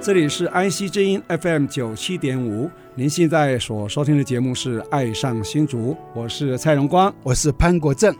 这里是安溪之音 FM 九七点五，您现在所收听的节目是《爱上新竹》，我是蔡荣光。我是潘国正。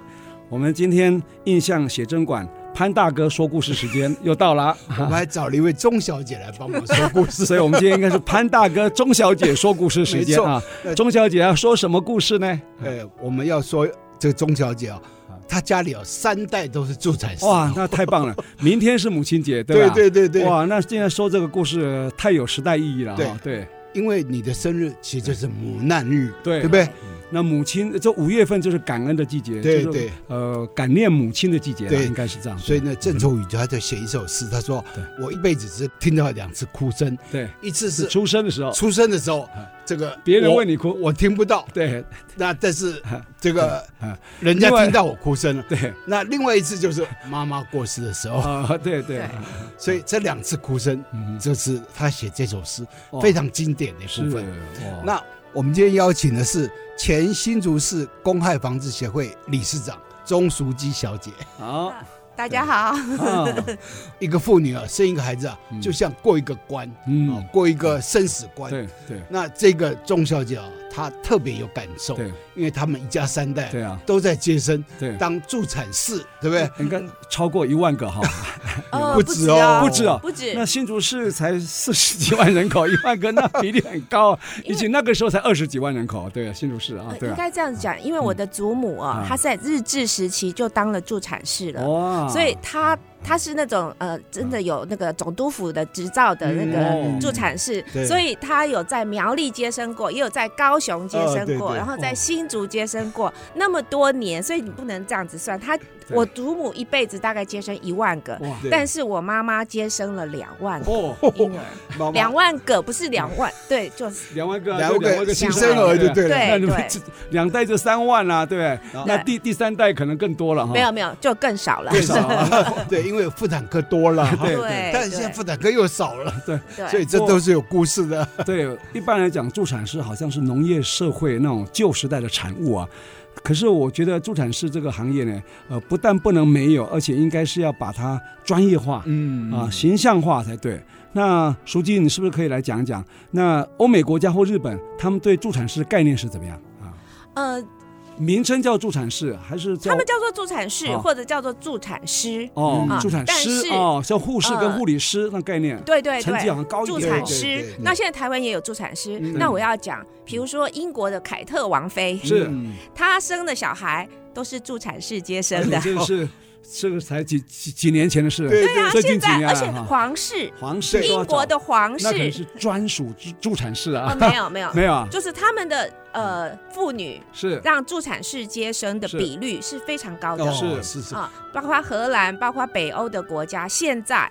我们今天印象写真馆潘大哥说故事时间又到了， 我们还找了一位钟小姐来帮忙 说故事。所以我们今天应该是潘大哥钟小姐说故事时间啊。没错钟小姐要说什么故事呢？呃，我们要说这个钟小姐啊，她家里有三代都是助产师。哇，那太棒了！ 明天是母亲节，对吧？对对对，哇，那今天说这个故事呃太有时代意义了啊、对对因为你的生日其实就是母难日，对对不对？那母亲这五月份就是感恩的季节，对就是对，呃，感念母亲的季节啦，对应该是这样。所以呢，郑愁予就他就写一首诗，他说对：“我一辈子只听到两次哭声，对，一次是是出生的时候，出生的时候啊，这个别人我为你哭，我听不到，对那但是啊这个啊人家另外听到我哭声了。对那另外一次就是妈妈过世的时候，啊，对对，对所以这两次哭声，嗯这是他写这首诗非常经典的哦是部分。哇那我们今天邀请的是前新竹市公害防治协会理事长钟淑基小姐， 好大家好，啊，一个妇女啊，生一个孩子啊嗯，就像过一个关啊 嗯，，过一个生死关。对对那这个钟小姐啊，她特别有感受，对因为他们一家三代对啊，都在接生对，嗯当助产士，对不对？ 应该超过一万个 哈，呃不止哦不止哦不止那新竹市才四十几万人口，一 万个那比例很高 啊，以前那个时候才二十几万人口，对啊，新竹市啊呃，对应啊，该这样讲，因为我的祖母哦嗯，哦她在日治时期就当了助产士了，哇所以她她是那种呃，真的有那个总督府的执照的那嗯个助产士对，所以她有在苗栗接生过，也有在高雄接哦对生过，对然后哦在新竹接生过，那么多年，所以你不能这样子算。她我祖母一辈子大概接生一万个，哇对但是我妈妈接生了两万个哦，婴儿，妈妈两万个不是两万，对，就是两万个啊两就万两万个个新新生生儿儿就对啊。对了。对那你们对这两代就三万啦、对不对好？那第第三代可能更多了哈。没有没有，就更少了。更少了， 对，因为妇产科多了，对对但是现在妇产科又少了，对所以这都是有故事的。 对，一般来讲，助产士好像是农业社会那种旧时代的产物啊。可是我觉得助产士这个行业呢，呃，不但不能没有，而且应该是要把它专业化嗯啊、形象化才对。那书记，你是不是可以来讲一讲？那欧美国家或日本，他们对助产士的概念是怎么样啊？呃，名称叫助产士还是叫他们叫做助产士哦或者叫做助产师，哦、嗯助产但师是哦，像护士跟呃护理师那概念，对对成绩好对，像高一助点哦。产对师对对。那现在台湾也有助产师，嗯那我要讲，比如说英国的凯特王妃，是嗯她生的小孩都是助产士接 生的。哦这个是这个才几几几年前的事，对对啊，最现近几在年而了且哈皇室，皇室都要英国找的皇那可能室，是专属助助产士啊，啊，，没有没有 没有啊，就是他们的呃妇女是让助产士接生的是比率是非常高的哦是是是，啊，包括荷兰，包括北欧的国家，现在啊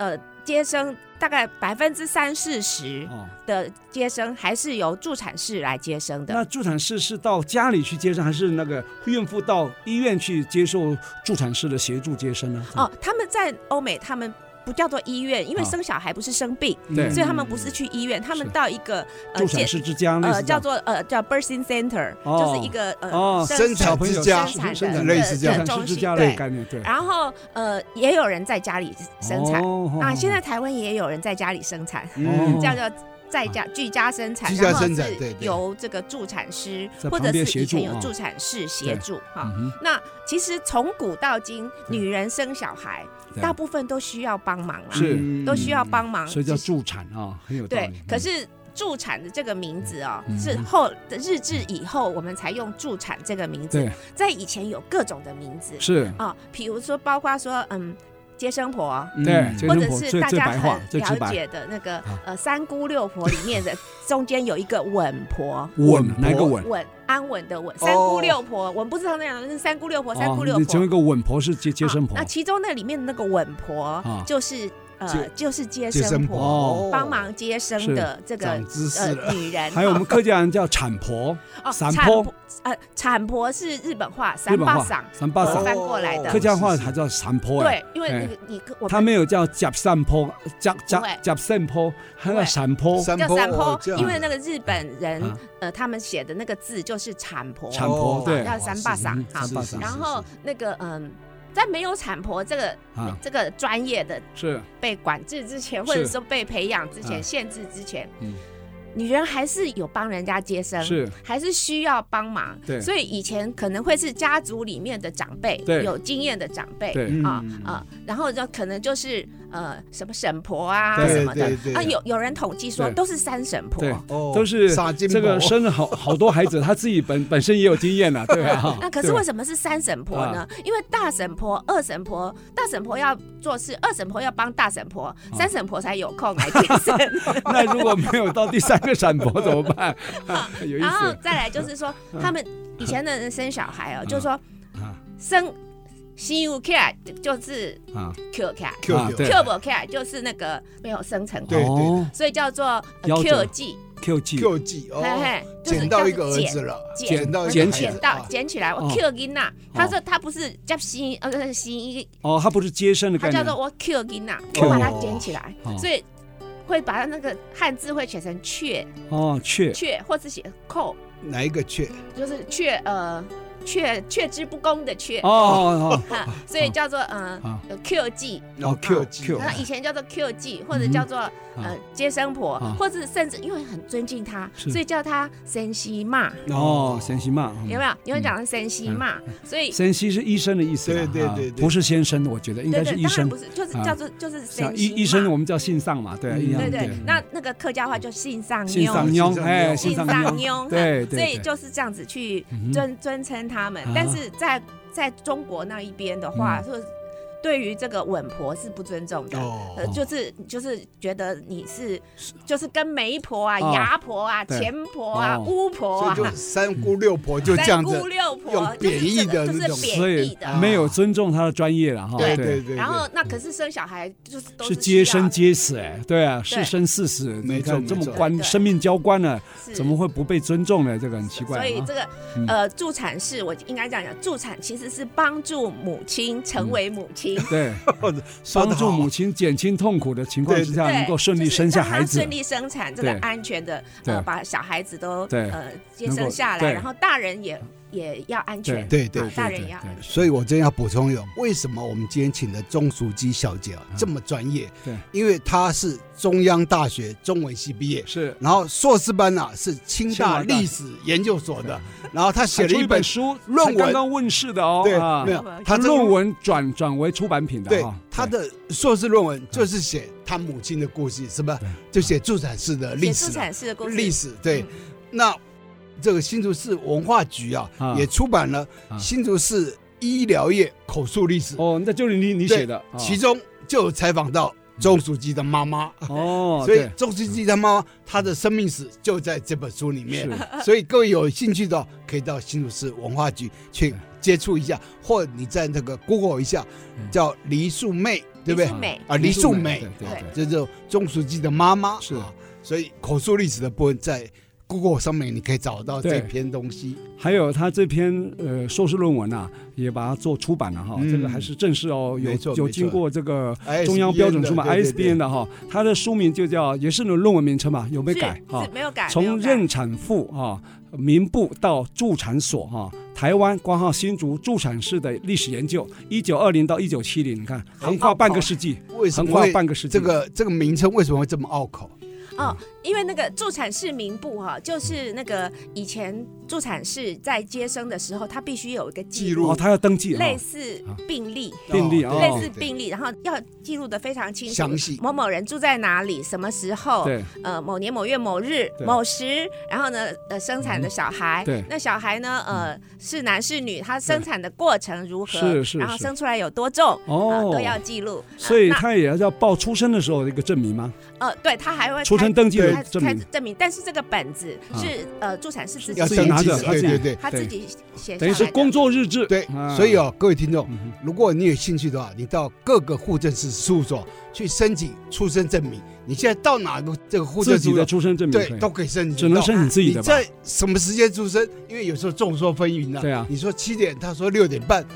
呃接生大概百分之三四十哦，的接生还是由助产士来接生的。那助产士是到家里去接生，还是那个孕妇到医院去接受助产士的协助接生呢？哦，他们在欧美他们。不叫做医院，因为啊生小孩不是生病，嗯对所以他们不是去医院，他们是到一个呃助产士之家类呃似这叫样做呃叫 birthing center，、哦就是一个呃、哦生产小之朋友家生产生的产类似这样助产中士之心家的对。概念，对，然后呃也有人在家里生产、哦啊，现在台湾也有人在家里生产，嗯啊这样叫在家居家生产，居家然后生产是对对由这个助产师在或旁者边是协以助前有啊助产士协对助哈。嗯哼那其实从古到今，女人生小孩对大部分都需要帮忙啦，是嗯都需要帮忙。所以叫只是助产啊，很有道对理。，可是。助产的这个名字哦，嗯是后日治以后我们才用助产这个名字对，在以前有各种的名字是啊，比如说包括说嗯接生婆，嗯对，接或生者婆是最大最家白很话，最直了白。解的那个啊呃三姑六婆里面的中间有一个稳婆，稳哪个稳？哦稳安稳的稳，三姑六婆，稳不是常常讲的是三姑六婆，三姑六你成为婆一，个稳婆是接接生婆啊那其中那里面的那个稳婆啊就是呃接就是接接生生婆，哦婆帮忙接生的这个长知识呃了，女人， 还有我们哦客家人叫产婆，哦散产婆婆呃产婆是日本话，日三本八话嗓，三八哦散，翻过来的客家话是还是叫散婆哎。对，因为那个你我们他没有叫夹散坡，夹夹不会夹散坡，还叫散坡。山叫坡散哦坡这，样因为那个日本人啊呃，他们写的那个字就是产婆，产婆哦对叫三八嗯嗓三好，八是是散然后那个嗯，在没有产婆这个啊，这个专业的是被管制之前，或者是说被培养之前、啊限制之前，嗯女人还是有帮人家接生，是还是需要帮忙。对所以以前可能会是家族里面的长辈，对有经验的长辈，对嗯啊啊，然后就可能就是呃什么婶婆啊对什么的对对啊，有有人统计说对都是三婶婆对。哦都是撒金这个箔生了好好多孩子，他自己本本身也有经验了，对吧？那可是对吧为什么是三婶婆呢？因为大婶婆、二婶婆，大婶婆要做事，二婶婆要帮大婶婆，三婶婆才有空来接生。那如果没有到第三个闪婆怎么办？有意然后思再来就是说，他们以前的人生小孩哦，嗯就说啊生西乳 care 就是啊！ Q care。 Q 啊对 Q 不 care 就是那个没有生成对功，哦所以叫做夭折 Q 剂， ，Q G Q 技嘿哦，嘿，就是捡到一个叫儿做子了，捡捡到一捡个起捡孩子到啊捡起来，我哦 Q 囡娜，他说他不是叫新呃新哦，它不是接生的它概叫念做，我 Q 音呐， Q 我把它捡起来哦，所以会把它那个汉字会写成雀哦，雀雀，或是写扣，哪一个雀？就是雀呃雀雀之不恭的雀哦，哦哈，所以叫做嗯哦 Q 技，然后 Q 技 Q 那以前叫做 Q 技，嗯或者叫做哦呃接生婆啊，或者甚至因为很尊敬她，是所以叫她神西骂，哦哦，神西嘛，嗯有没有？你会讲成神西骂，所以神西是医生的意思啦，对对啊对对不是先生，我觉得应对该是对，医当然生不，是，就是啊叫做就是像神医西医生骂我们叫信上嘛，对，嗯一样对对对，，那那个客家话就信上信妞。上妞，信上哎，妞信上上妞，妞，对对所以对就是这样子去嗯哼尊尊称他们啊。嗯但是在在中国那一边的话，就是对于这个稳婆是不尊重的。呃，哦，就是就是觉得你是，就是跟媒婆啊、哦牙婆啊、对钱婆啊、哦巫婆所以啊、就三姑六婆就这三样子姑，六婆，用就是贬义的这个就那是种所贬义以的。没有尊重他的专业了哈，对对对，然后那可是生小孩就是都是需要接生接死哎、对啊，是对生是死，没你错看这么没错对关对生命交关了，是怎么会不被尊重呢？这个很奇怪、啊。所以这个嗯呃，助产士我应该这样讲，助产其实是帮助母亲成为母亲，对，说帮得助好母亲减轻痛苦的情况对之下，对能够顺利生下孩就是子让他顺。利生产，这个对安全的对呃，把小孩子都对呃接能够生下来，对然后大人也也要安全，对对啊对大对人也对要对所以我真要补充一个，为什么我们今天请的钟淑基小姐啊嗯这么专业？对，因为她是中央大学中文系毕业，是然后硕士班啊是清清华大大历史研究所的，然后她写还出了一一本本，书，论才文刚刚问世的哦，对，啊没，有啊，她这个论文转转为出版品的对哈。嗯她的硕士论文就是写她母亲的故事，是吧对？就写助产士的历写史助了，产士的故事，历史对嗯。那这个新竹市文化局啊啊也出版了啊新竹市医疗业口述历史对，哦，那就是你你对写的，啊其中就有采访到钟书记的妈妈，哦，所以对钟书记的妈妈她的生命史就在这本书里面啊是。所以各位有兴趣的，可以到新竹市文化局去接触一下，或你在那个 Google 一下嗯，叫黎素妹，对不李对素？美啊，黎素美对对啊这对，就是钟书记的妈妈。是啊，所以口述历史的部分在 Google 上面你可以找到对这篇东西。还有他这篇呃硕士论文啊，也把它做出版了哈，嗯这个还是正式哦，有没错有没错经过这个 ISBN 中央标准出版的对对 ISBN 的哈，它的书名就叫也是论文名称吧，有没有是改哈是？没有改，没有从改妊产妇啊、民部到助产所啊，台湾光号新竹助产士的历史研究，一九二零到一九七零，你看哎横跨半个世纪，为什横么跨会半个世纪，哦这个这个名称为什么会这么拗口？哦，因为那个助产士名簿哈、就是那个以前助产士在接生的时候，他必须有一个记哦，录，他要登记哈，类似病历。病例哦类似病历，然后要记录的非常清楚，详细某某人住在哪里，什么时候，哦对，呃，某年某月某日对嗯某时，然后呢，呃，生产的小孩，对嗯那小孩呢，呃，是男是女，他生产的过程如何，是是然后是生出来有多重，啊哦都，要记录。啊所以那他也要要报出生的时候的一个证明吗？呃，对他还会出生登记的开证开明证明，但是这个本子啊是呃助产士自己要自写己登拿记着写，他自对己对对他自己写下等于来是的工作日志，对啊，所以哦，各位听众，嗯哼如果你有兴趣的话，你到各个户政事事务所去申请出生证明。你现在到哪个这个户政自事己务所的，出生证明对可，以都可以申请到。只能申请自己的你吧？在什么时间出生？因为有时候众说纷纭呢、对啊你说七点，他说六点半，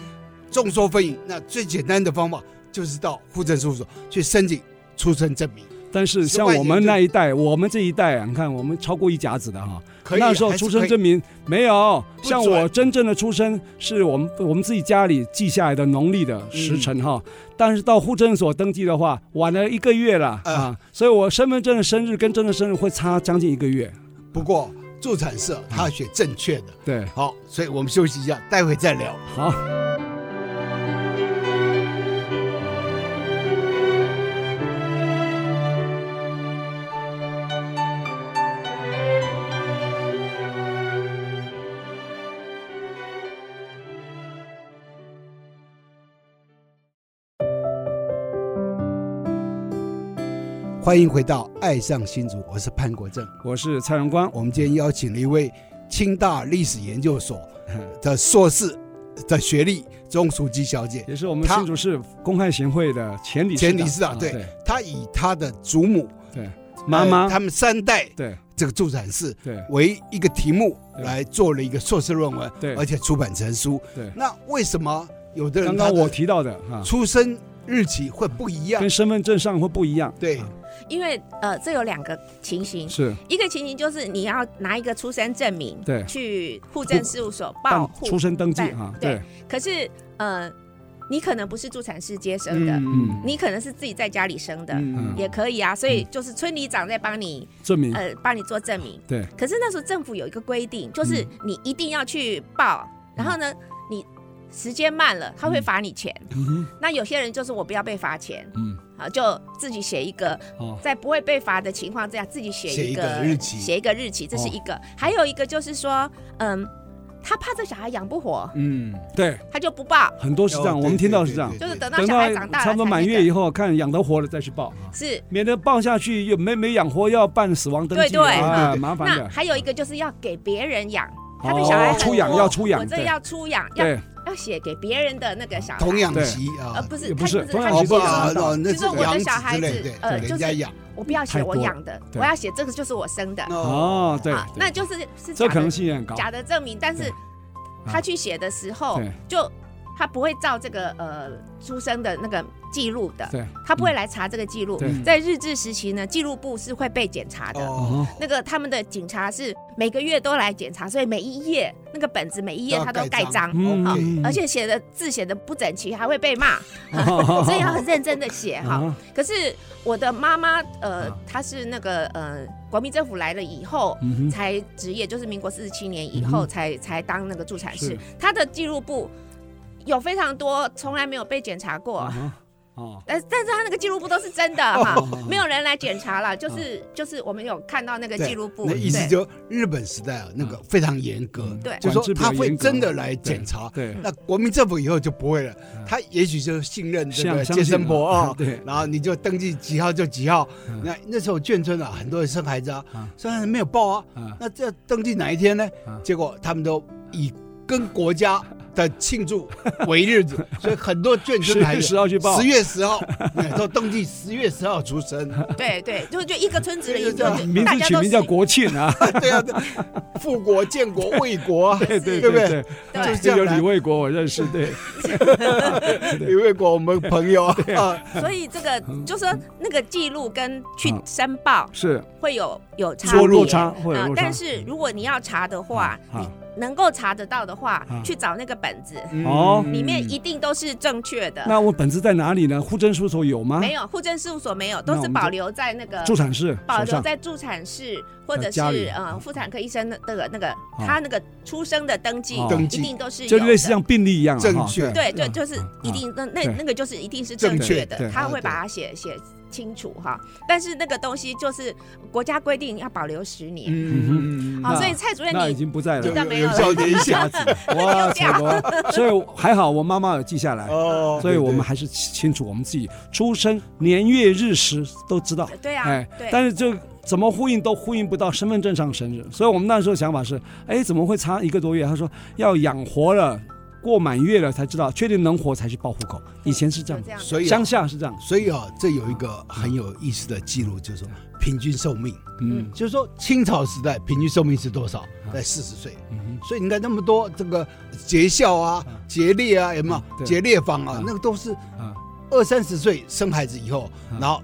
众说纷纭。那最简单的方法就是到户政事务所去申请出生证明。但是像我们那一代，我们这一代啊，你看我们超过一甲子的哈，可以，那时候出生证明没有，不像准我真正的出生是我们我们自己家里记下来的农历的时辰嗯哈，但是到户政所登记的话，晚了一个月了呃啊，所以我身份证的生日跟真的生日会差将近一个月。明。不过助产士嗯啊他要选正确的。对，好，所以我们休息一下，待会再聊。好，欢迎回到《爱上新竹》，我是潘国正。我是蔡荣光， 我们今天邀请了一位清大历史研究所的硕士的学历钟淑基小姐，也是我们他新竹市公害协会的前理事前理事长啊对对，她以她的祖母妈呃妈他们三代对这个助产士对为一个题目对来做了一个硕士论文，对而且出版成书。对，那为什么有的刚人他刚的我提到的哈，出生日期会不一样跟？身份证上会不一样，对啊因为呃，这有两个情形，是一个情形就是你要拿一个出生证明对去户政事务所报办户出生登记啊办哈，对对，可是呃，你可能不是助产士接生的，嗯你可能是自己在家里生的。嗯，也可以啊，所以就是村里长在帮你，证明呃，帮你做证明。对。可是那时候政府有一个规定，就是嗯你一定要去报，然后呢，你时间慢了，他会罚你钱。嗯哼那有些人就是我不要被罚钱，嗯啊，就自己写一个，哦在不会被罚的情况之下，自己写写一一个个日期写一个日期，这哦是一个。还有一个就是说，嗯，他怕这小孩养不活，嗯，对，他就不报，很多是这样，哦我们对听到对是这样对，就是等到等小孩到长大了差不多才满那月个以后，看养得活了再去报，哦是免得报下去又没没养活要办死亡登记，对对啊，嗯麻烦那的。还有一个就是要给别人养，他的小孩哦，很出养多要出我养，这对要出养，要对，要写给别人的那个小孩，童养对媳呃啊，不是，也他不是就是童他养哦就媳是不不是啊，啊哦那就是是我的养子小孩之类子对，呃人就家是养。我不要写太我多了养的，对我要写这个就是我生的，哦，对啊，，对那就是是这假可能的性也很高，假的证明，但对是啊他去写的时候对就。他不会照这个呃出生的那个记录的，对他不会来查这个记录对。嗯在日治时期呢，记录部是会被检查的。哦哦，那个他们的警察是每个月都来检查，所以每一页那个本子每一页他都盖章，嗯好嗯嗯而且写的字写的不整齐，还会被骂， 哦所以要很认真的写哈。啊可是我的妈妈，呃啊，她是那个呃，国民政府来了以后。嗯哼，才职业就是民国四十七年以嗯后哼才、才当那个助产士是，她的记录簿有非常多从来没有被检查过，啊嗯哈哦，但但是他那个记录簿都是真的哈，没有人来检查哦了，就是、就是我们有看到那个对记录簿，那对意思就日本时代啊，那嗯个非常严格，嗯对就管说制比他较会严格真的来检查。对，那国民政府以后就不会了嗯，他也许就信任这像个相接信生婆了啊， 对，然后你就登记几号就几号嗯。那那时候眷村啊，很多人生孩子啊啊，生孩子没有报啊，啊，那这登记哪一天呢啊？结果他们都以跟国家的 庆祝为日子，所以很多眷十村孩月子十号去报十，月十号 哎都登记十月十号出生。 对对，就就一个村子的意思，这个就名大字家取都名叫是国庆啊，对啊，对复国、建国、卫国啊， 对对对对不对对，对就是这这样有来李。卫国我认识，对，李卫国，我们朋友啊，啊所以这个嗯就说那个记录跟去申报是会有有差嗯落别差会有啊落差，但是如果你要查的话，啊你能够查得到的话，啊去找那个本子，嗯哦里面一定都是正确的。那我本子在哪里呢？户政事务所有吗？没有户政事务所没有，那都我是们保就留在那个助产士保手留上。呃在助产室或者呃家是里呃妇产科医生的那个那个他那个出生的登记哦，一登记定都是就有类似的像病例一样啊，正哈确对，就就是啊一定那那对那个就是一定是正正确确的对，他啊会对把它写写清楚哈。但是那个东西就是国家规定要保留十年，嗯好，那所以蔡主任那已你经不在就了。那没有有了效联想 哇，丢掉什 么？所以还好我妈妈有记下来， 哦，所以我们对还是清楚我们自己出生年月日时都知道。对啊哎，对，但是这怎么呼应都呼应不到身份证上生日，所以我们那时候想法是，哎，怎么会差一个多月？他说要养活了，过满月了才知道，确定能活才去报户口。以前是这就样这，样子。所以啊乡下是这样，所以啊，这有一个很有意思的记录，就是说平均寿命，嗯就是说清朝时代平均寿命是多少？在四十岁。嗯所以你看那么多这个节孝啊、节烈啊，有没嗯有对节烈坊啊嗯？那个都是啊，二三十岁生孩子以后，嗯然后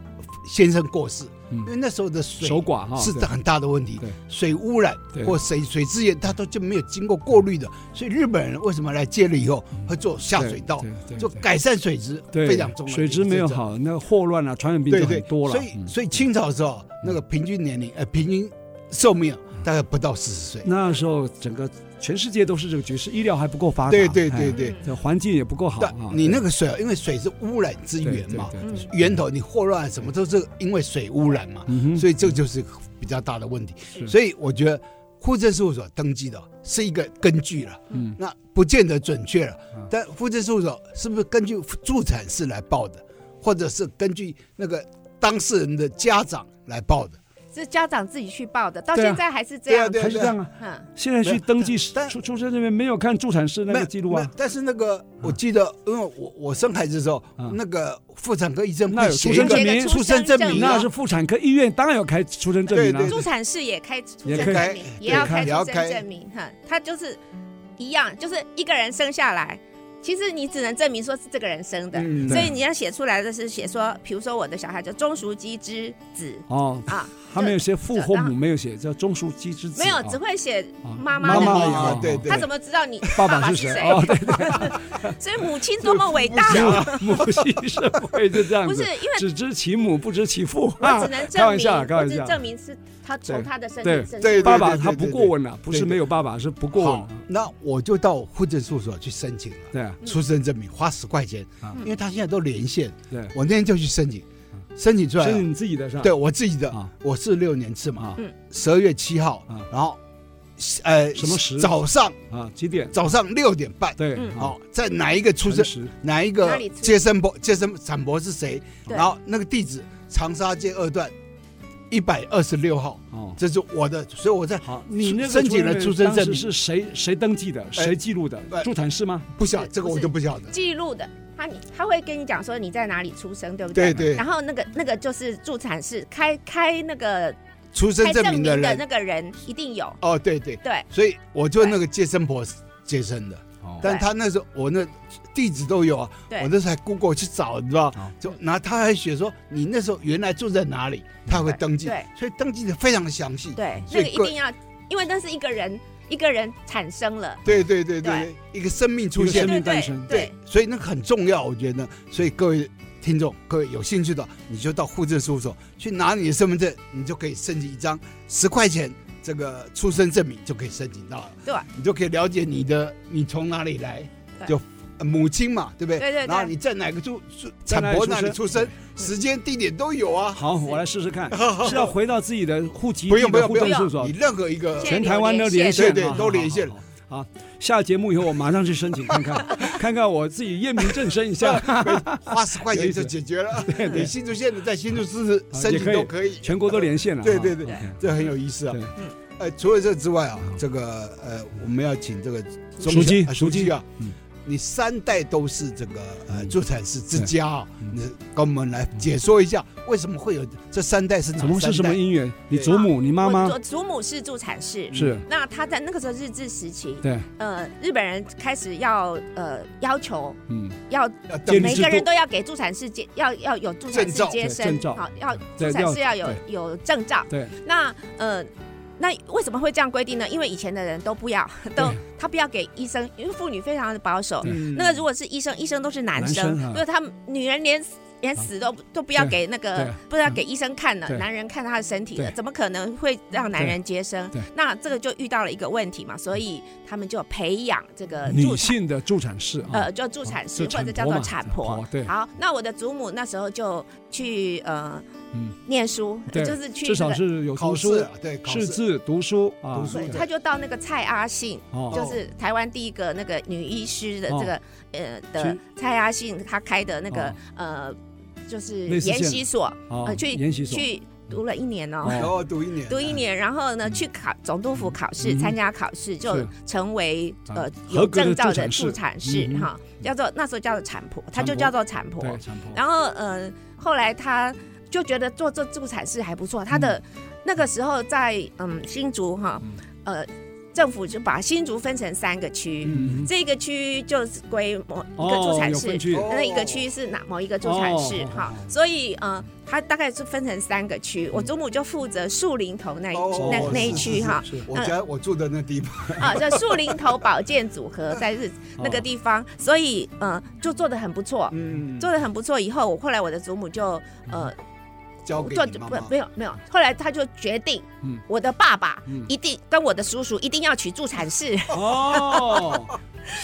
先生过世，嗯因为那时候的水守寡哈，是哦对很大的问题对，水污染对或水水资源它都就没有经过过滤的，所以日本人为什么来建了以后会做下水道嗯对，对对就对改善水质对非常重要，水质没有这样。好，那个霍乱啊，传染病对就对很，多了。所以嗯嗯所以清朝的时候，那个平均年龄呃平均寿命啊大概不到四十岁，那时候整个全世界都是这个局势，医疗还不够发达，对对对哎对。嗯这环境也不够好但啊。你那个水啊，因为水是污染之对源嘛，对对嗯对源头你霍乱什么都是因为水污染嘛，嗯哼，所以这就是比较大的问题。以所以我觉得户政事务所登记的是一个根据了，嗯那不见得准确了嗯。但户政事务所是不是根据助产士来报的，或者是根据那个当事人的家长来报的？是家长自己去报的，到对啊现在还是这样对还子。是这样啊。嗯，现在去登记但出出生这边没有看助产士那没个有记录啊没有，但是那个我记得，因为我我生孩子的时候嗯，那个妇产科医生那会有写出一生个证一明个，出生证出生证明明啊，那是妇产科医院当然有开出生证明对啊对。助产士也开出也生可以证明，也对要开开也要出开生证明，哈，他就是一样，就是一个人生下来，其实你只能证明说是这个人生的，嗯对所以你要写出来的是写说，比如说我的小孩叫钟淑基之子哦，啊， 他没有写父或母，没有写叫中枢机制子。没有哦，只会写啊妈妈的妈名有字。啊哦对对他怎么知道你 爸爸爸是是谁？谁哦，对对， 所以母亲多么伟大！哦母 母系社会就这样不子，是因为只知其母不知其父。我只能啊 开证玩笑，明，开我玩只笑。啊证明是他从对他的身对体身对对上爸爸他不过问了，不对是对没有爸爸，是不过问好。，那我就到户政事务所去申请了。对啊，出生证明花十块钱啊，因为他现在都连线，对，啊我那天就去申请，申请出来这是了，你自己的是吧？对我自己的啊，我是六年次嘛啊，嗯十二月七号啊，然后呃什么时早上啊，几点？早上六点半，对，嗯好，哦，在哪一个出生时啊哪一哪个里出接生婆接生产婆是谁，对然后那个地址长沙街二段一百二十六号，哦。这是我的，所以我在好，你那个申请了出生证明当时是谁谁登记的？谁记录的？哎助产士吗？不晓是这个我是就不晓得，记录的。他你他会跟你讲说你在哪里出生，对不对对？对然，后那个那个就是助产士开开那个出生开证证明的明的人那，个人一定有，哦，对对，对所以我就那个接生婆接生的。哦但他那时候我那地址都有啊，对哦我那时候还 Google 去找，你知道好，就然后他还写说你那时候原来住在哪里，他会登记对，所以登记的非常详细。对，所那以个一个定要，因为那是一个人一个人产生了，对对对对，一个生命出一个现生，命对诞对生对，所以那个很重要，我觉得。所以各位听众，各位有兴趣的，你就到户政事务所去拿你的身份证，你就可以申请一张十块钱这个出生证明，就可以申请到了。对你就可以了解你的你从哪里来，对就呃母亲嘛，对不对？对对对然后你在哪个住住在产哪里婆出那里生出生，时间地点都有啊。好，我来试试看，是要回到自己的户籍不用地不的用户政不事务用，所你，任何一个现在全台湾都连线，对对好都连线。好好好好好，下节目以后我马上去申请看看， 看看我自己验明正身一下。 花十块有钱意思就解决 了。对对你新竹县的在新竹市啊申也请可以都可以，全国都连线了。对哈对对 OK 这很有意思啊对。呃，除了这之外啊，这个呃，我们要请这个中熟记啊熟熟记记啊嗯，你三代都是这个呃嗯助产士之家啊嗯，你跟我们来解说一下为什么会有这三代是哪怎么是三什么代？姻缘？你祖母、你妈啊我妈我祖母是助产士，是那他在那个时候日治时期，对，呃，日本人开始要呃要求嗯，要要建等立每制个度人都要给助产士接，要要有助产证士照接对生证照，好，要对助产士要有对有证照。对那呃，那为什么会这样规定呢？因为以前的人都不要，都他不要给医生，因为妇女非常的保守。嗯那个如果是医生，医生都是男男生啊啊因为他们女人连连死都都不要对给那个对嗯不要给医生看了对，男人看他的身体了，对怎么可能会让男人接生对对？那这个就遇到了一个问题嘛，所以他们就培养这个呃助女产。性的助产士啊，呃，叫助产士就或者叫婆做嘛产婆。对，好，那我的祖母那时候就去呃嗯，念书，对就是去至那少个是有考读试书、啊对考识试，字、读书啊读，书对，对他就到那个蔡阿信，哦就是台湾第一个那个女医师的这个、呃的是蔡阿信，他开的那个、哦呃就是类似研习所，哦呃去研习所去读了一年哦。哦然后读一年，啊读一年，然后呢，去考总督府考试，嗯参加考试，就成为啊呃合有格的证照助的产士助产士嗯嗯哈，叫做那时候叫做产婆，他产就婆叫做产婆。对产婆，然后呃，后来他就觉得做这助产士还不错，他的、嗯那个时候在嗯新竹哈，呃，政府就把新竹分成三个区。嗯这个区就是归某一个哦助产有士，分区哦那一个区是哪某一个助产士哦哈哦哦，嗯所以呃，他大概是分成三个区。我祖母就负责树林头那一哦那哦那一是是区是哈，我觉得我住的那地方，啊，叫树林头保健组合在日哦那个地方，所以呃就做的很不错，嗯，做的很不错。以后我后来我的祖母就呃交给做你妈不妈没，有没有，后来他就决定，嗯我的爸爸嗯一定跟我的叔叔一定要娶助产士，哦，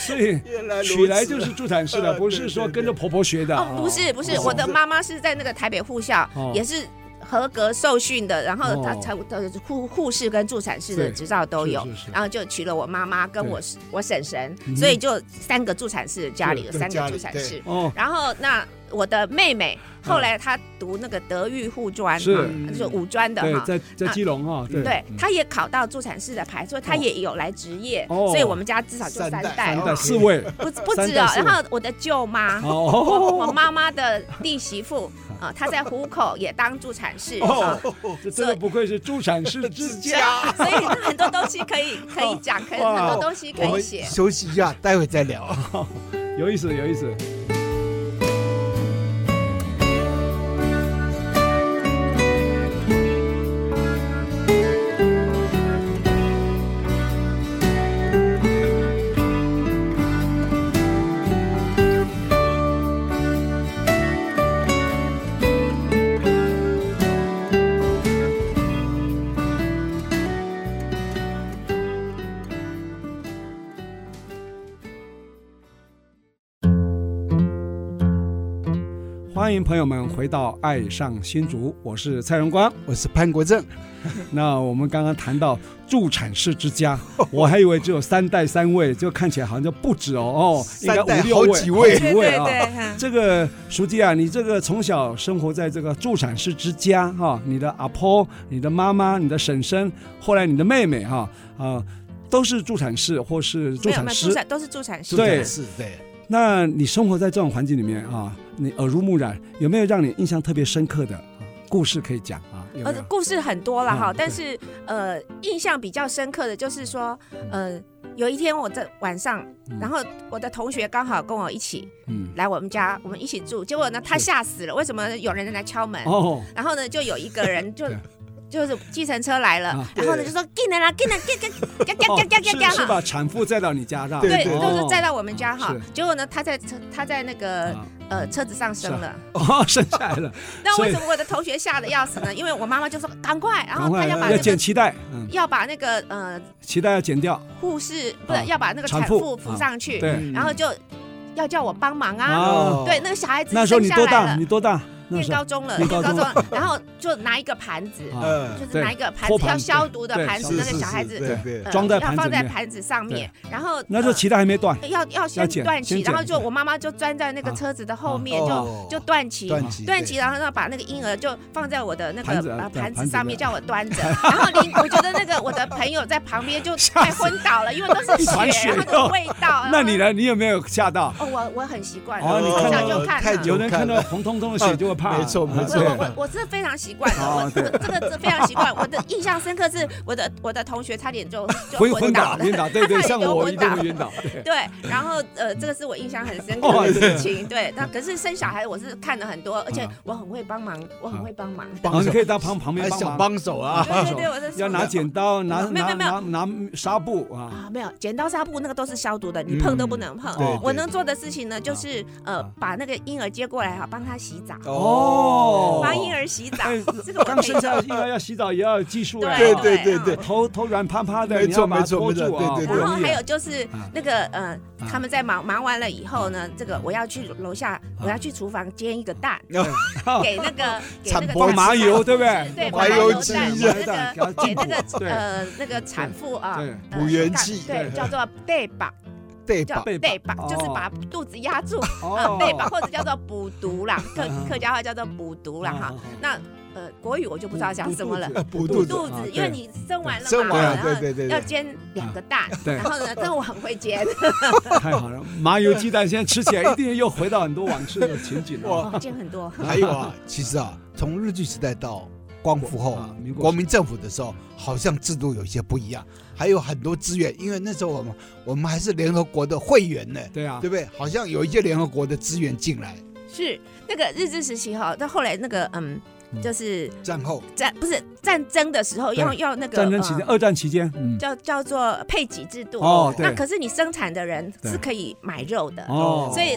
所 以原来如此娶来就是助产士的，对不是说跟着婆婆学的， 哦，不是不是，哦我的妈妈是在那个台北护校，哦也是合格受训的，然后她哦才呃护护士跟助产士的对执照都有是是是，然后就娶了我妈妈跟对我我婶婶，嗯所以就三个助产士家里有对三家个里助产对士，哦，然后那我的妹妹后来她读那个德育护专嗯是哈，就是武专的对哈，。嗯在在基隆啊，对对，她也考到助产士的牌，所以她哦也有来职业，哦所以我们家至少就三代代三三哈代，四位，不不三止代哦。四然代后我的舅妈，我哦，妈妈的弟 媳妇啊、呃她在湖口也当助产士啊、哦，这真的不愧是助产士之家，所以很多东西可 以可以讲，可以哇很多东西可我以们写。休息一下，待会再聊。有意思，有意思。欢迎朋友们回到《爱上新竹》，我是蔡荣光。我是潘国正，那我们刚刚谈到助产士之 家，我还以为只有三代三位，就看起来好像就不止哦，哦，应该三代五六好位，几位好几位啊。对，这个书记啊，你这个从小生活在这个助产士之家哈、你的阿婆、你的妈妈、你的婶婶，后来你的妹妹哈啊、呃都是助产士或是助没有产没有师助。产都是助产士。对是对，那你生活在这种环境里面啊，你耳濡目染，有没有让你印象特别深刻的、啊故事可以讲啊？有没呃有？，故事很多了哈，嗯但是呃，印象比较深刻的就是说，呃，有一天我在晚上，嗯然后我的同学刚好跟我一起嗯， 来我们家，我们一起住，结果呢，他吓死了，为什么有人来敲门？哦，然后呢，就有一个人就对 就是计程车来了，啊然后呢就说进来啦，进来，进进进进哦进进进是是哈。把产妇载到你啊哦家的，对，对对就是载到我们家哈是。啊结果呢，他在车，他在那个呃车子上生了。 哦，生下来了，那所以为什么我的同学吓得要死呢？因为我妈妈就说赶快， 然赶后他快要把要那剪个脐带，嗯，要把那个呃脐带要剪掉，护士不啊是要把那个产产妇妇扶啊上去，对。然后就要叫我帮忙啊。啊对，那个小孩子那时候生你下多来大？了你，多大？那念时候高中了，念念高高中中了，然后就拿一个盘子，啊，呃，就是对拿一个盘托子盘要消毒的对盘是子，是那个是小孩是子对对，呃装在要盘子放里在面盘子上面，然后那时候呃脐带还没断，要要先剪断先脐，然后剪就我妈妈就钻在那个啊车子的后面，哦就就断脐。断脐断脐，然后呢，把那个婴儿就放在我的那盘子个啊呃对盘盘子子上面，上叫我 端着。然后你，我觉得那个我的朋友在旁边就快昏倒了，因为都是一团血血，哦然后的味道。那你然后？呢？你有没有吓到？哦，我我很习惯，哦你我从看到小就看啊太了久有人看到红彤彤的血就会怕，呃没错没啊我错对我我我是非常习惯的，我哦我对这个是非常习惯。我的印象深刻是我的我的同学差点就 就昏 昏昏倒倒，了晕。倒，对对，像有我昏一定倒会晕倒，对。对，然后呃，这个是我印象很深刻哦的事情。对，那可是生小孩我是看了很多，而且啊我很会帮忙，我很会帮忙。哦， 帮你手可以到旁旁边还帮小忙，帮手啊，对对对，我是要拿剪刀，拿没有拿没有拿拿纱布 啊，啊，没有剪刀、纱布那个都是消毒的，你嗯碰都不能碰。对我对能做的事情呢，就是呃啊，把那个婴儿接过来哈，帮他洗澡，嗯哦帮婴儿洗澡哎，这个我刚可以生下做。婴儿要洗澡也要有技术啊，对对对对对嗯头头软趴趴的，没你要错把它没错托没错住啊，对对不对然后容易还有就是啊那个呃啊，他们在忙忙完了以后呢，嗯这个我要去楼下，我要去厨房煎一个 蛋，给那个给那产个婆产哦麻油，对不对？对，麻油油鸡蛋，啊给麻油蛋那个给它给那进补个呃那个产妇啊对，呃补元气对对，叫做背绑，对叫吧？背背绑绑，就是哦把肚子压住，啊哦，，对吧？或者叫做补读啦，客啊客家话叫做补读啦哈啊。那呃，国语我就不知道讲什么了。呃补肚补肚子，子啊，因为对你生完了生嘛，完了然对后对对对要煎两个蛋，对然后呢，但我很会煎，太好了，麻油鸡蛋现在吃起来一定又回到很多往事的情景 了。哇哦煎很多。还有啊，其实啊，从日据时代到光复后啊民，国国民政府的时候，好像制度有一些不一样，还有很多资源，因为那时候我们我们还是联合国的会员呢，对啊对，不对？好像有一些联合国的资源进来，是那个日治时期哈，到后来那个嗯，就是战后战不是战争的时候要要那个战争期间，呃二战期间，嗯，叫叫做配给制度哦对那可是你生产的人是可以买肉的，哦所以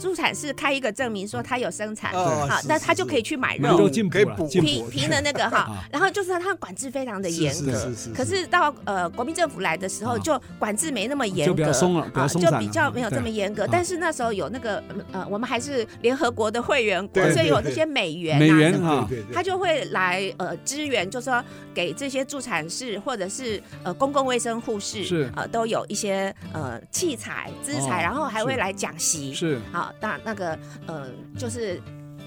猪产是开一个证明说他有生产，哦好，是那是他就是可以去买买肉肉，进补可以了，补进皮补皮的那个哈啊，然后就是他管制非常的严是格。是是，可是到呃国民政府来的时候，啊就管制没那么严就比较格，松了，比较啊，松就散了，比较没有这么严格啊。但是那时候有那个呃，我们还是联合国的会员国对，所以有对那对些美元啊美元什么啊对对对，他就会来呃支援，就说给这些助产士或者是呃公共卫生护士是呃都有一些呃器材资哦材，然后还会是来讲习，是好，那那个呃，就是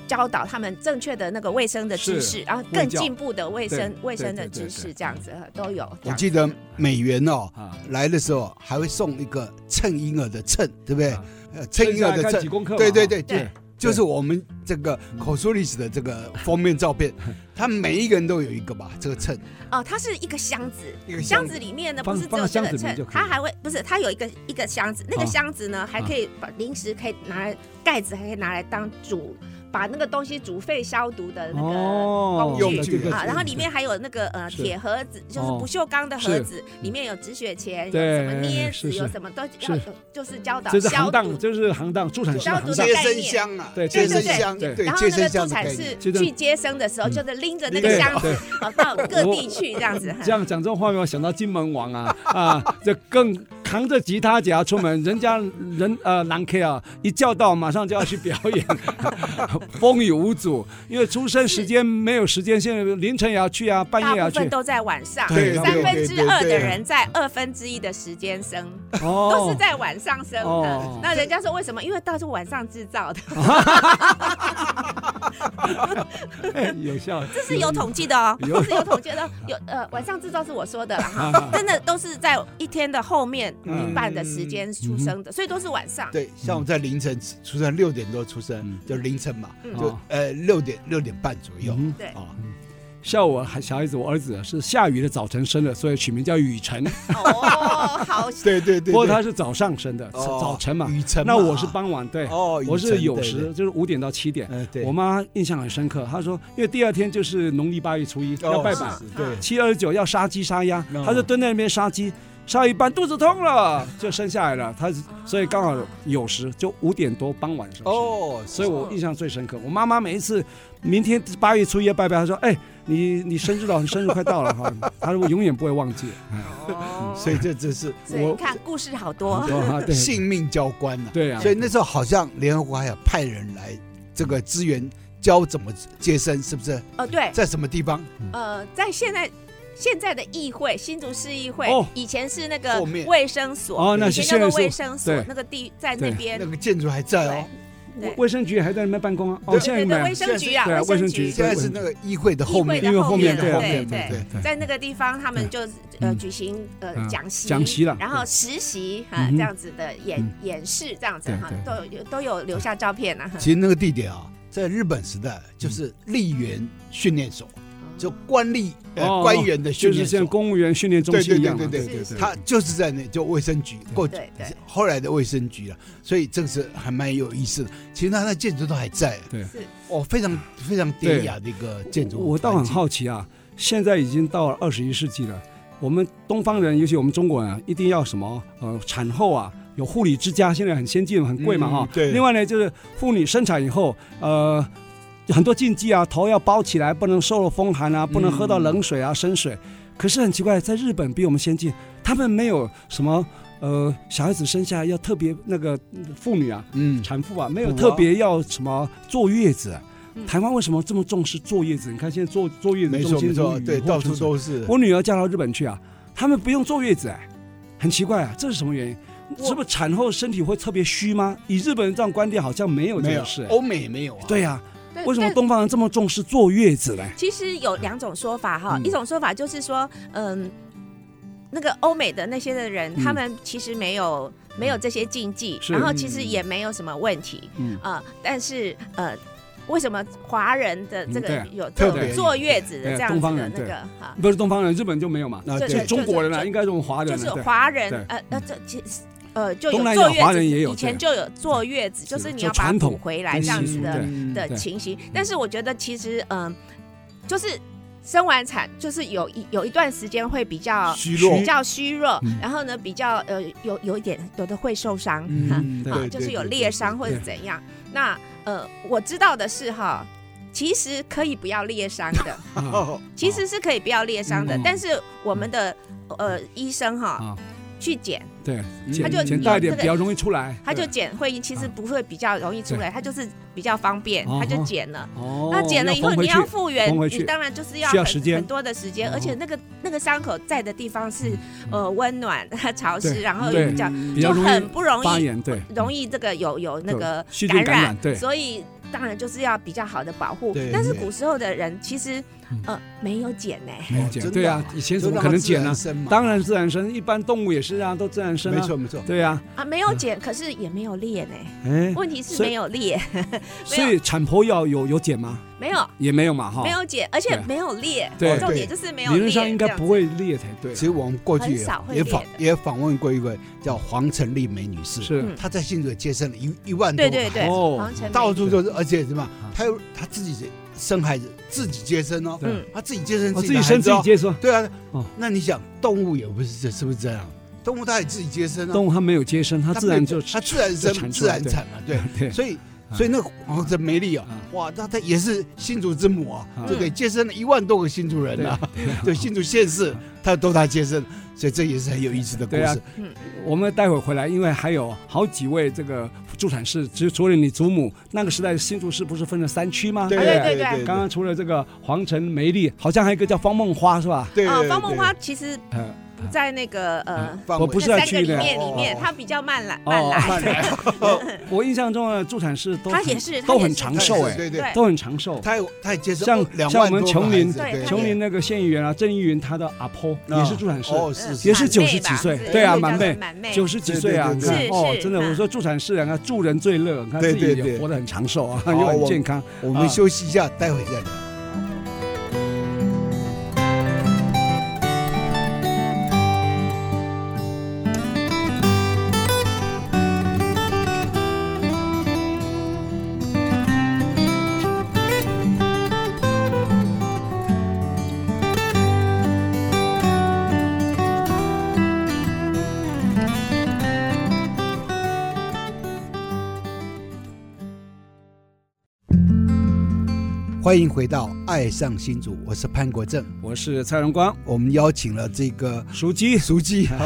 教导他们正确的那个卫生的知是识，然后卫更教进步的卫生对卫生对对的对知识，对这样子呃都有。这我样记得美元哦啊，来的时候还会送一个称婴儿的秤，对不对啊？呃，称婴儿剩下的看几秤，公克嘛，对对对对对，就是我们这个口述历史的这个封面照片，他们每一个人都有一个吧，这个秤，哦，它是一个箱子，一个箱子里面呢放不是只放有到这箱子个里面就秤可，以它还会不是它有一个一个箱子，那啊个箱子呢还可以把零食可以拿来盖子，还可以拿来当煮把那个东西煮沸消毒的那个。哦，工具这个啊，然后里面还有那个呃是铁盒子，就是哦不锈钢的盒是子，里面有止血钳，有对什么镊是子，有是什么都是要有，就是教导这是消行毒当，这是行当，助产士的行消毒的当接概，念生箱啊，对接对生对箱，对对然后接那生个助箱的概产念士接生嗯去接生的时候，就是拎着那个对箱对子啊到各地去，这样子。 这样讲这种话，我想到金门王啊 啊，这更扛着吉他夹出门，人家人呃郎 K 啊，一叫到马上就要去表演， 风雨无阻，因为出生时间没有时间，现在凌晨也要去啊，半大夜也要部分去，都在晚上，对三对分对之对二对的人在二分之一的时间生，都是在晚上生哦的。 那人家说为什么？因为到是晚上制造的，哎有效，这是有统计的哦，有这是有统计的哦。有呃，晚上制造是我说的啦啊哈，真的都是在一天的后面嗯一半的时间出生的，所以都是晚上。对，像我在凌晨出生，六点多出嗯生，就凌晨嘛，嗯就哦呃六点六点半左右嗯对啊。像我还小孩子，我儿子是下雨的早晨生的，所以取名叫雨晨。哦，好对对对，不过对他是早上生的，哦早晨嘛。雨辰嘛，那我是傍晚，对，哦，雨我是辰有对时对就是五点到七点。呃对，我妈印象很深刻，她说，因为第二天就是农历八月初一哦要拜是拜，是对，七二九要杀鸡杀鸭嗯，她就蹲在那边杀鸡，杀一半肚子痛 了就生下来了。她是所以刚好有时就五点多傍晚生。哦，所以我印象最深刻。我妈妈每一次，明天八月初一要拜拜，她说：“哎，你你生日了，你生日快到了哈。”她说：“我永远不会忘记。哦，所以这只是所以你看故事好”多我。说啊对性命交关呐。对啊呀，所以那时候好像联合国还有派人来这个支援教怎么接生，是不是？哦，对，在什么地方？呃，在现在现在的议会，新竹市议会，哦以前是那个后面卫生所，哦那以是前现在叫是做卫生所对，那个地在对那边那，个建筑还在哦，对卫生局还在那边办公啊。哦，对现在对没对，有卫生局啊，对啊卫生卫生局现在是那个议会的后面议会的后面对后对面对对对在那个地方，他们就呃嗯举行呃嗯讲习，讲习了然后实习啊嗯哼这样子的演嗯演示，这样子对哈对，都有都有留下照片啊。其实那个地点啊，在日本时代就是立员训练所，就官吏哦呃官员的训就是练所像。公务员训练中对心对一对样嘛，啊对对是对是对，他就是在那就卫生局过去对对后来的卫生局了，所以这个是还蛮有意思的。其实它的建筑都还在，是哦，非常非常典雅的一个建筑我我倒很好奇啊，现在已经到了二十一世纪了，我们东方人，尤其我们中国人啊，一定要什么呃产后啊有护理之家，现在很先进很贵嘛哈、嗯对另外呢，就是妇女生产以后，呃。很多禁忌啊，头要包起来，不能受了风寒啊，不能喝到冷水啊、生水。可是很奇怪，在日本比我们先进，他们没有什么呃，小孩子生下来要特别那个妇女啊，嗯，产妇啊，没有补啊特别要什么坐月子啊嗯。台湾为什么这么重视坐月子？你看现在坐坐月子没中错心没如错，雨对，后到春处笋。都是。我女儿嫁到日本去啊，他们不用坐月子哎，很奇怪啊，这是什么原因？我是不是产后身体会特别虚吗？以日本人这样观点，好像没有这没个有事，哎。欧美也没有啊。对呀，对为什么哦但东方人这么重视坐月子呢？其实有两种说法哈，嗯一种说法就是说，嗯，那个欧美的那些的人，嗯他们其实没有没有这些禁忌，是然后其实也没有什么问题，嗯呃，但是呃，为什么华人的嗯对这个啊有特这别种坐月子对的啊这样东子方的人那个哈？不是东方人，日本就没有嘛？啊，这是对这，中国人啊，就应该是我们华人就啊。是对华人对，呃呃，这其实呃就有东南亚坐月子，华人也有以前这就有坐月子，就是是你就要把它传统补回来这样子的嗯的对情形。但是我觉得其实嗯、就是生完产就是有一有一段时间会比较虚弱比，较虚弱，嗯然后呢比较呃有有一点有的会受伤，哈嗯，对啊对，就是有裂伤或者怎样。那呃我知道的是哈。其实可以不要裂伤 的，啊哦其实是可以不要裂伤的，嗯但是我们的呃医生哈啊去剪，对，嗯他就钱有大一这点个比较容易出来。他就对啊剪会其实不会比较容易出来，他就是比较方便，哦他就剪了。哦，那剪了以后缝回你去要复原缝回，去你当然就是要需要很时间很多的时间，哦嗯而且那个那个伤口在的地方是呃温暖、 潮湿，对然后对比较比就较容很易不容发易炎，对，容易这个有有那个细菌感感染对所以当然就是要比较好的保护对。但是对古时候的人其实呃没有剪呢，没有哦剪，真对的啊啊，以前怎么可能剪呢？呢当然自然生，一般动物也是啊，都自然生没啊。错没错，对啊，啊没有剪，可是也没有裂 呢。哎，问题是所以没有裂，所以产婆药有有剪吗？没有也没有嘛，哈。没，有剪，而且对没有裂。对重点就是没有理裂。论上应该不会裂才对其。实我们过去很少会也也访裂的也访问过一位叫黄成丽梅女士，是嗯她在新竹接生了一一万这多样个子。对对孩子对，哦皇城到美处都是，而且什么啊，她有她自己生孩子，自己接生哦，对嗯她自己接生我自自己的己孩生子自哦己接受，对啊哦，那你想动物也不是这是不是这样？动物它也自己接生啊，动物它没有接生，它它自然没就它自然就生产自出来然产嘛，对。对，嗯所以所以那个黄真梅丽啊啊，哇，那她也是新竹之母啊啊，就给接生了一万多个新竹人啊， 对新竹县市，她都她接生，所以这也是很有意思的故嗯对啊事。我们待会儿回来，因为还有好几位这个助产士，只除了你祖母，那个时代的新竹市不是分了三区吗？啊对对对刚刚除了这个黄城梅丽，好像还有一个叫方梦花是吧？对，啊，对方梦，花对其实嗯，不在那个呃范我围不是那在三区个里里面哦里面，它比较慢来慢哦来， 我印象中的助产士都它很也是都很它也长是寿哎、对对，对都很长寿。他有他也接生像两像万我们多个琼孩林子，对琼他也林那嗯个县议员啊，郑议员他的阿婆也是助产士，哦，是也是满妹90吧几岁是对啊又叫满妹做满妹九十几岁啊，对你对对看对哦，是真的，是我说助产士啊，助人最乐，你看对自己对也对活得很长寿啊，好又很我健康。我们啊休息一下，待会再聊。欢迎回到《爱上新竹》，我是潘国正。我是蔡荣光，我们邀请了这个熟鸡。熟记哈、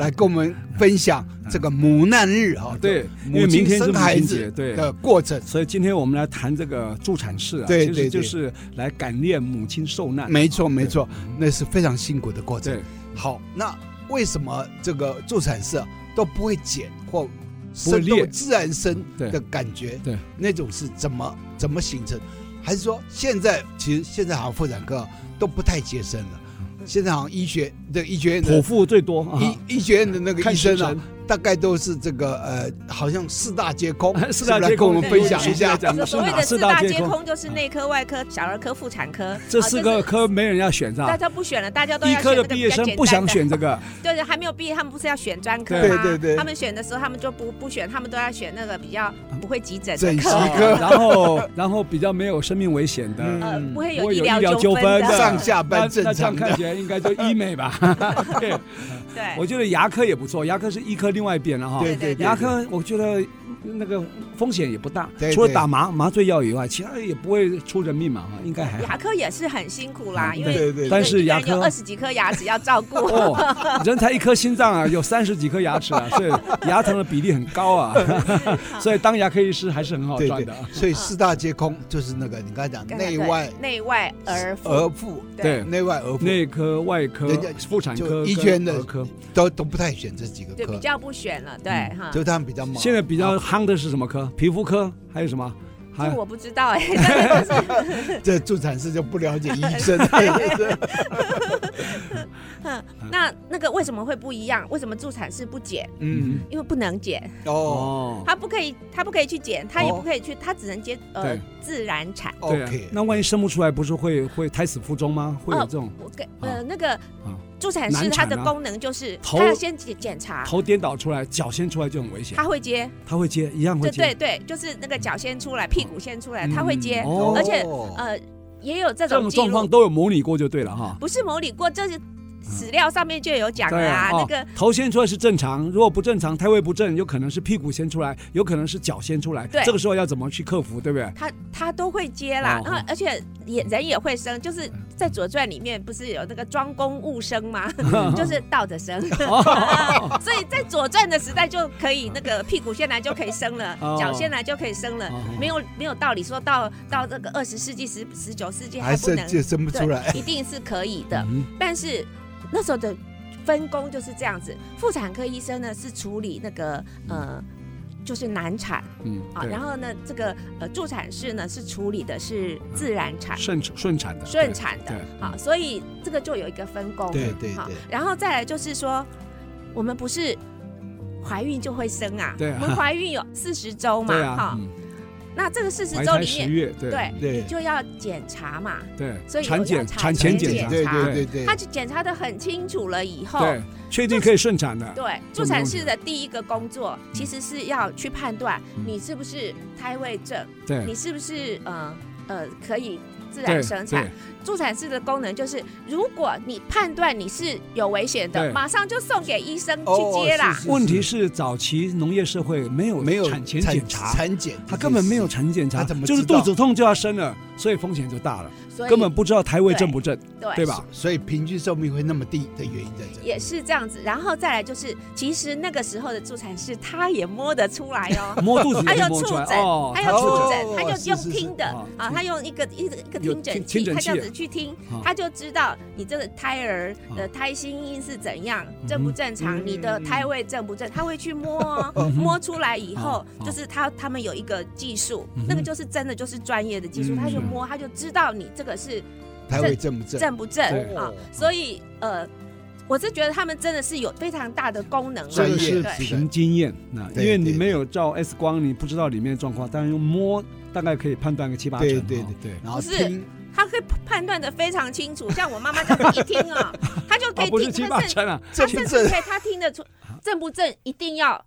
来跟我们分享这个母难日哈、啊对，因为母明亲天是生母孩亲子节，对，的过程，所以今天我们来谈这个助产士啊，对其实对对就是来感念母亲受难。没错啊对没错，那是非常辛苦的过程对。，好，那为什么这个助产士、啊、都不会剪或会生裂动自然生对的感觉？对那种是怎么怎么形成？还是说现在其实现在好像妇产科啊都不太接生了，现在好像医学的医学院的嗯剖腹最多啊，医医学院的那个看医时生啊辰，，大概都是这个呃，好像四大皆空 四大是不是皆来跟空哎我们分享一下对。讲 的是所谓哪的四四大大皆皆空嗯空就是内科、外科、小儿科、妇产科，这啊四就个是科没人要选是吧大？家不选了，大家都医要选科的那个毕比业较生简不单想的选这个，对对，还没有毕业，他们不是要选专科对吗？对对他们选的时候，他们就不不选，他们都要选那个比较嗯不会急诊的整科，形啊 然后然后比较没有生命危险的，嗯呃，不会不有会医有医疗疗纠纠纷纷的的。啊上下那班正那这样常看的，起来应该就医美 吧？对， 对，我觉得牙科也不错，牙科是医科另外一边了哈。对对对对牙科我觉得那个风险也不大对，除了对打麻麻醉药以外，其他也不会出人命嘛，嗯哈应该还好牙。科也是很辛苦啦，因对为对对，嗯但是牙科二十几颗牙齿要照 顾。哦，人才一颗心脏啊，有三十几颗牙 齿啊，所以牙疼的比例很高啊，所以当牙科医师还是很好对赚对的啊。，所以四大皆空就是那个你刚才讲刚才内对外内外儿儿妇，妇、对，内外儿妇嗯内科、外科人家、妇产科、就医圈的儿科，都都不太选这几个对比科，较不选了，对嗯哈。就他们比较忙。现在比较啊夯的是什么科？皮肤科还有什么？还这我不知道哎， 但是就是这助产士就不了解医 生，那那个为什么会不一样？为什么助产士不减？嗯，因为不能减，哦哦，他不可以，他不可以去减，他也哦不可以去，他只能接呃对自然产。对啊，OK，，那万一生不出来，不是会会胎死腹中吗？会有这种我给呃那个助产难士他产的啊功能就是头他要先检检查，头颠倒出来、脚先出来就很危险他，会接，他会接，一样会对接对。对，就是那个脚先出来，屁股先出来，他会接，哦而且哦呃也有这这种种记状况录，都有模拟过就对了哈。不是模拟过，这是史料上面就有讲了对啊，那哦个头先出来是正常，如果不正常，胎位不正，有可能是屁股先出来，有可能是脚先出来。对这个时候要怎么去克服，对不对？他他都会接啦哦，嗯然后而且也人也会生，就是在《左传》里面不是有那个庄公勿生 吗？ 就是倒着生，哦 所以在《左传》的时代就可以那个屁股先来就可以生了哦，脚先来就可以生了哦，嗯没有没有道理说到到这个二十世纪十十九世纪还还不生能，就生不出来，对，一定是可以的。嗯但是那时候的分工就是这样子，妇产科医生呢是处理那个呃。就是难产嗯，啊，对然后呢，这个呃助产士呢是处理的是自然产、顺顺产的，顺产的对，好，所以这个就有一个分工，对对好对，，然后再来就是说，我们不是怀孕就会生啊，对啊我们怀孕有四十周嘛，对啊哈，嗯那这个四十怀周胎里十面，月，对对，对你就要检查嘛，对，所以有产检要产产前前检查，检哎对查对对对他，去检查的很清楚了以后，对，确定可以顺产的，对，这助没问产题士的第一个工作其实是要去判断嗯你是不是胎位正，对你是不是呃呃可以自对然生产。助产士的功能就是，如果你判断你是有危险对的，马上就送给医生哦去接啦。是对问题是早期农业社会没有没有产前检查，产检他根本没有产检查，他怎么就是知道肚子痛就要生了，所以风险就大了，所以根本不知道胎位正不正，对对吧？，所以平均寿命会那么低的原因在这里。也是这样子，然后再来就是，其实那个时候的助产士他也摸得出来 哦摸 肚子他就有摸触出来诊，哎哦，他有触哦诊，他是就用是是听的啊啊，他用一个一个一个有听诊听听器，诊他器这样子去听啊，他就知道你这个胎儿啊的胎心音是怎样，嗯嗯正不正常，你的胎位正不正，他会去摸哦，摸出来以后啊，就是他他们有一个技术嗯哼，那个就是真的就是专业的技术，嗯他就摸，他就知道你这个是胎位正不正？正不正对啊，所以呃。我是觉得他们真的是有非常大的功能啊，专这个业是对凭经验，那因对为你对没有照 X 光，你不知道里面的状况，但是用摸大概可以判断个七八成。对对哦对，然后不是听他可以判断的非常清楚， 像我妈妈就是一听 啊、她就可啊以不是七听，八她甚成啊，正她不甚正至可以她听得出正不正，一定要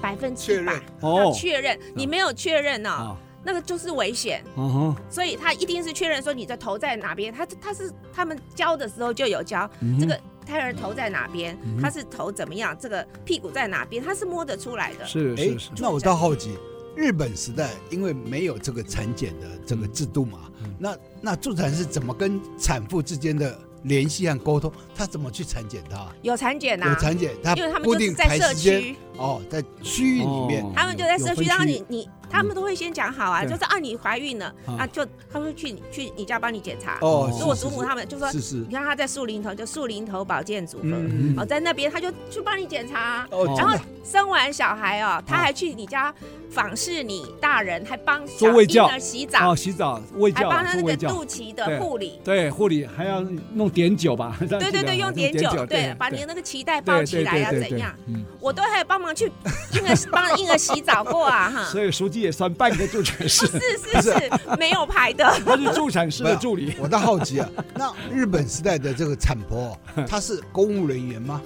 百分之确百认。要哦，确认，你没有确认呢、啊，那个就是危险，嗯哼所以她一定是确认说你的头在哪边。她她是他们教的时候就有教、嗯哼，这个胎儿头在哪边嗯，她是头怎么样，这个屁股在哪边，她是摸得出来的。是哎是是，，那我倒好奇，日本时代因为没有这个产检的这个制度嘛，嗯那那助产是怎么跟产妇之间的联系和沟通？他怎么去产检她？有产检呐、有产检，他因为他们固就是定在排社时间区。哦，在区域里面哦他们就在社有分区，然后你你他们都会先讲好啊，对就是啊你怀孕了啊啊，就他会去你去你家帮你检查。哦，所以我祖母他们就说，是是你，看他在树林头就树林头保健组合，嗯哦在那边他就去帮你检查啊。哦哦然后生完小孩哦，他还去你家访视你大人，还帮做小胃婴教儿洗哦，澡，洗澡喂还教帮啊，他做那喂个教，肚对脐的护理。对，护理还要弄碘酒吧？对 对对对，用碘酒，对，把你对那个脐带包起来啊，对怎样？？对对对对嗯我都还帮忙去婴儿帮婴儿洗澡过啊，哈，所以书记也算半个助产士不， 是是是，没有牌的，他是助产士的助理。我倒好奇啊，那日本时代的这个产 婆，哦她是公务人员吗？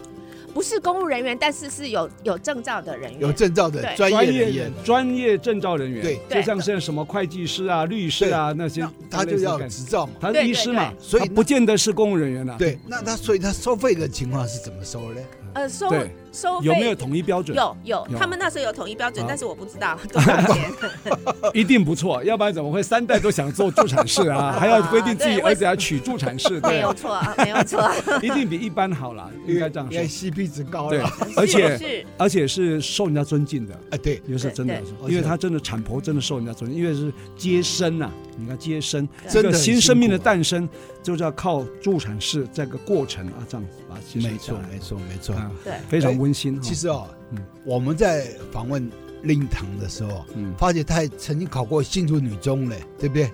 不是公务人员，但是是有有证照的人员，有证照的对专业人员人，专业证照人员，对就像是什么会计师啊、律师啊那些那，她就要有执照嘛。他是医师嘛对，对对所以他那不见得是公务人员啊呐。，对，那她所以她收费的情况是怎么收呢？呃收对收费有没有统一标准？有有有，他们那时候有统一标准啊，但是我不知道多少钱。呃一定不错，要不然怎么会三代都想做助产士 啊？还要规定自己对我儿子要娶助产 士，没对，有错，啊没有错。 一定比一般好啦，嗯应该这样因为说。 CP 值高对了。，而且是而且是受人家尊敬的，啊，对，也是真的对对，因为他真的产婆真的受人家尊敬，因为是接生呐。你看接生，对这真的个很辛新苦生命的诞生就是要靠助产士这个过程啊，这样子把它牺牲没错下，来没错，没错。啊，对非常温馨。其哈，实哦嗯，我们在访问令堂的时候，嗯，发觉她也曾经考过新竹女中嘞，对不对？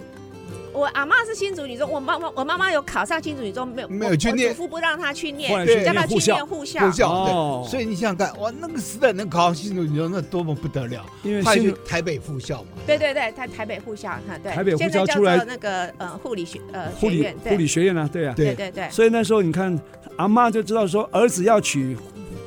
我阿妈是新竹女中，我妈妈我妈妈有考上新竹女中，没有没有我去念我祖父不让她去后来念，去让她念护去校念，护校住。校哦对。所以你想想看，哇，那个时代能考上新竹女中，那多么不得了！因为她也新去台北附校嘛。对对对，在台北护校，哈，对，台北护校现在叫出来做那个呃护理学呃护学理院，护对理学院啊，对啊，对对对，所以那时候你看，阿妈就知道说儿子要娶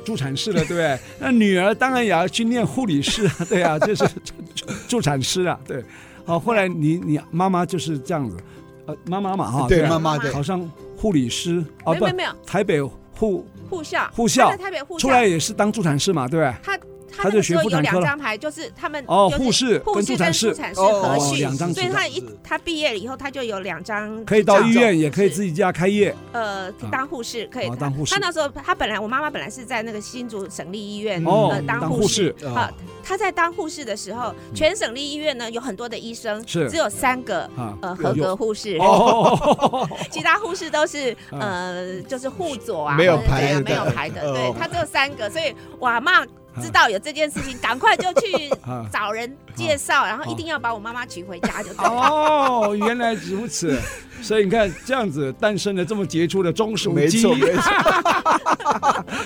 助产士了，对不 对？那女儿当然也要去念护理师啊，对啊，就是助助助产师啊，对。好，后来你你妈妈就是这样子，呃，妈妈嘛哈，对，啊妈妈妈对妈考上护理师啊，没不有没有，没有台北护护校护校她在台北护校出来也是当助产士嘛，对不对？他她那就个学时候妇有产科了两张牌，就是他们哦，就是护士护跟助士产跟士助产士哦合哦训两，张所以纸他一他毕业了以后，他就有两张可以到医院，也可以是自己家开业，呃当护士，可以哦当护士他那时候他本来我妈妈本来是在那个新竹省立医院哦呃，当护护士。嗯啊，他在当护士的时候，全省立医院呢有很多的医生，是只有三个啊。呃合格护士，哦，其他护士都是啊呃就是护佐啊，嗯没有或者怎牌样的没有牌的，哦对他只有三个，所以我阿妈知道有这件事情，赶快就去啊找人介绍，嗯然后一定要把我妈妈娶回家，就对了。哦， 原来如此，所以你看这样子诞生了这么杰出的中属没鸡 错，没错，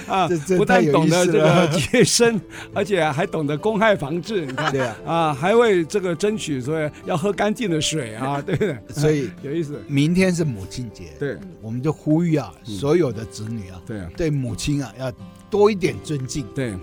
啊这，这不太但有懂意得思这个 了接生，而且还懂得公害防治，你看 对啊。啊，还为这个争取所以要喝干净的水啊，对不对？所以 有意思，明天是母亲节，对我们就呼吁啊，嗯所有的子女啊，对啊对母亲啊要多一点尊敬，对，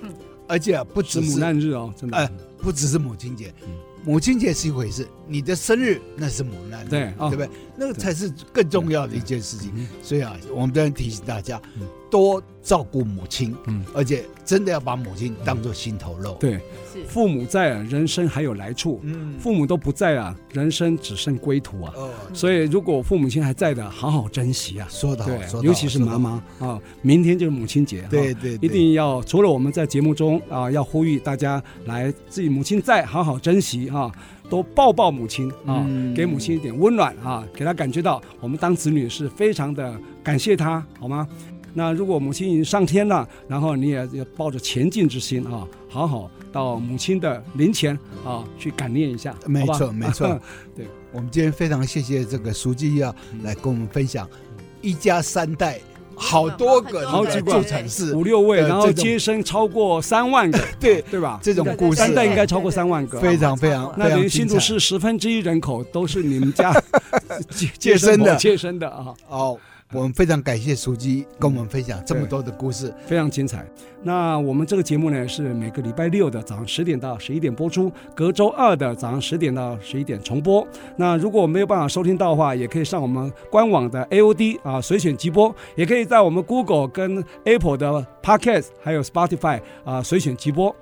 而且啊不是只母是难日哦，真哎的，不只是母亲节嗯，母亲节是一回事，你的生日那是母难日，对对哦不对？那个才是更重要的一件事情。嗯所以啊，我们当然提醒大家嗯，多照顾母亲嗯，而且真的要把母亲当做心头肉。对，是父母在啊，人生还有来处；嗯，父母都不在啊，人生只剩归途啊。哦，所以如果父母亲还在的，好好珍惜啊。说得好，对说得好，尤其是说得妈好，妈啊，明天就是母亲节，哈对对，一对定要除了我们在节目中啊，要呼吁大家来自己母亲在，好好珍惜啊，多抱抱母亲啊，嗯给母亲一点温暖啊，给她感觉到我们当子女是非常的感谢她，好吗？那如果母亲已经上天了，然后你也也抱着前进之心啊，好好到母亲的灵前啊去感念一下，没好吧错没错对，我们今天非常谢谢这个书记啊，来跟我们分享一家三代好多个好嗯几个助产士 五六位，呃然后这种接生超过三万个， 对对吧？这种故事啊，三代应该超过三万个非常非啊常那连新竹非常精市十分之一人口都是你们 家接接生的接生的啊，哦，我们非常感谢书记跟我们分享这么多的故事。非常精彩。那我们这个节目呢是每个礼拜六的早上十点到十一点播出，隔周二的早上十点到十一点重播。那如果没有办法收听到的话，也可以上我们官网的 AOD 啊随选直播，也可以在我们 Google 跟 Apple 的 Podcast 还有 Spotify 啊随选直播。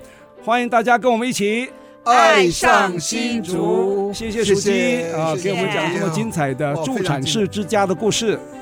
欢迎大家跟我们一起爱上新竹，谢谢熟谢鸡谢啊，谢给谢我们讲这么精彩的哇助产士之家的故事。嗯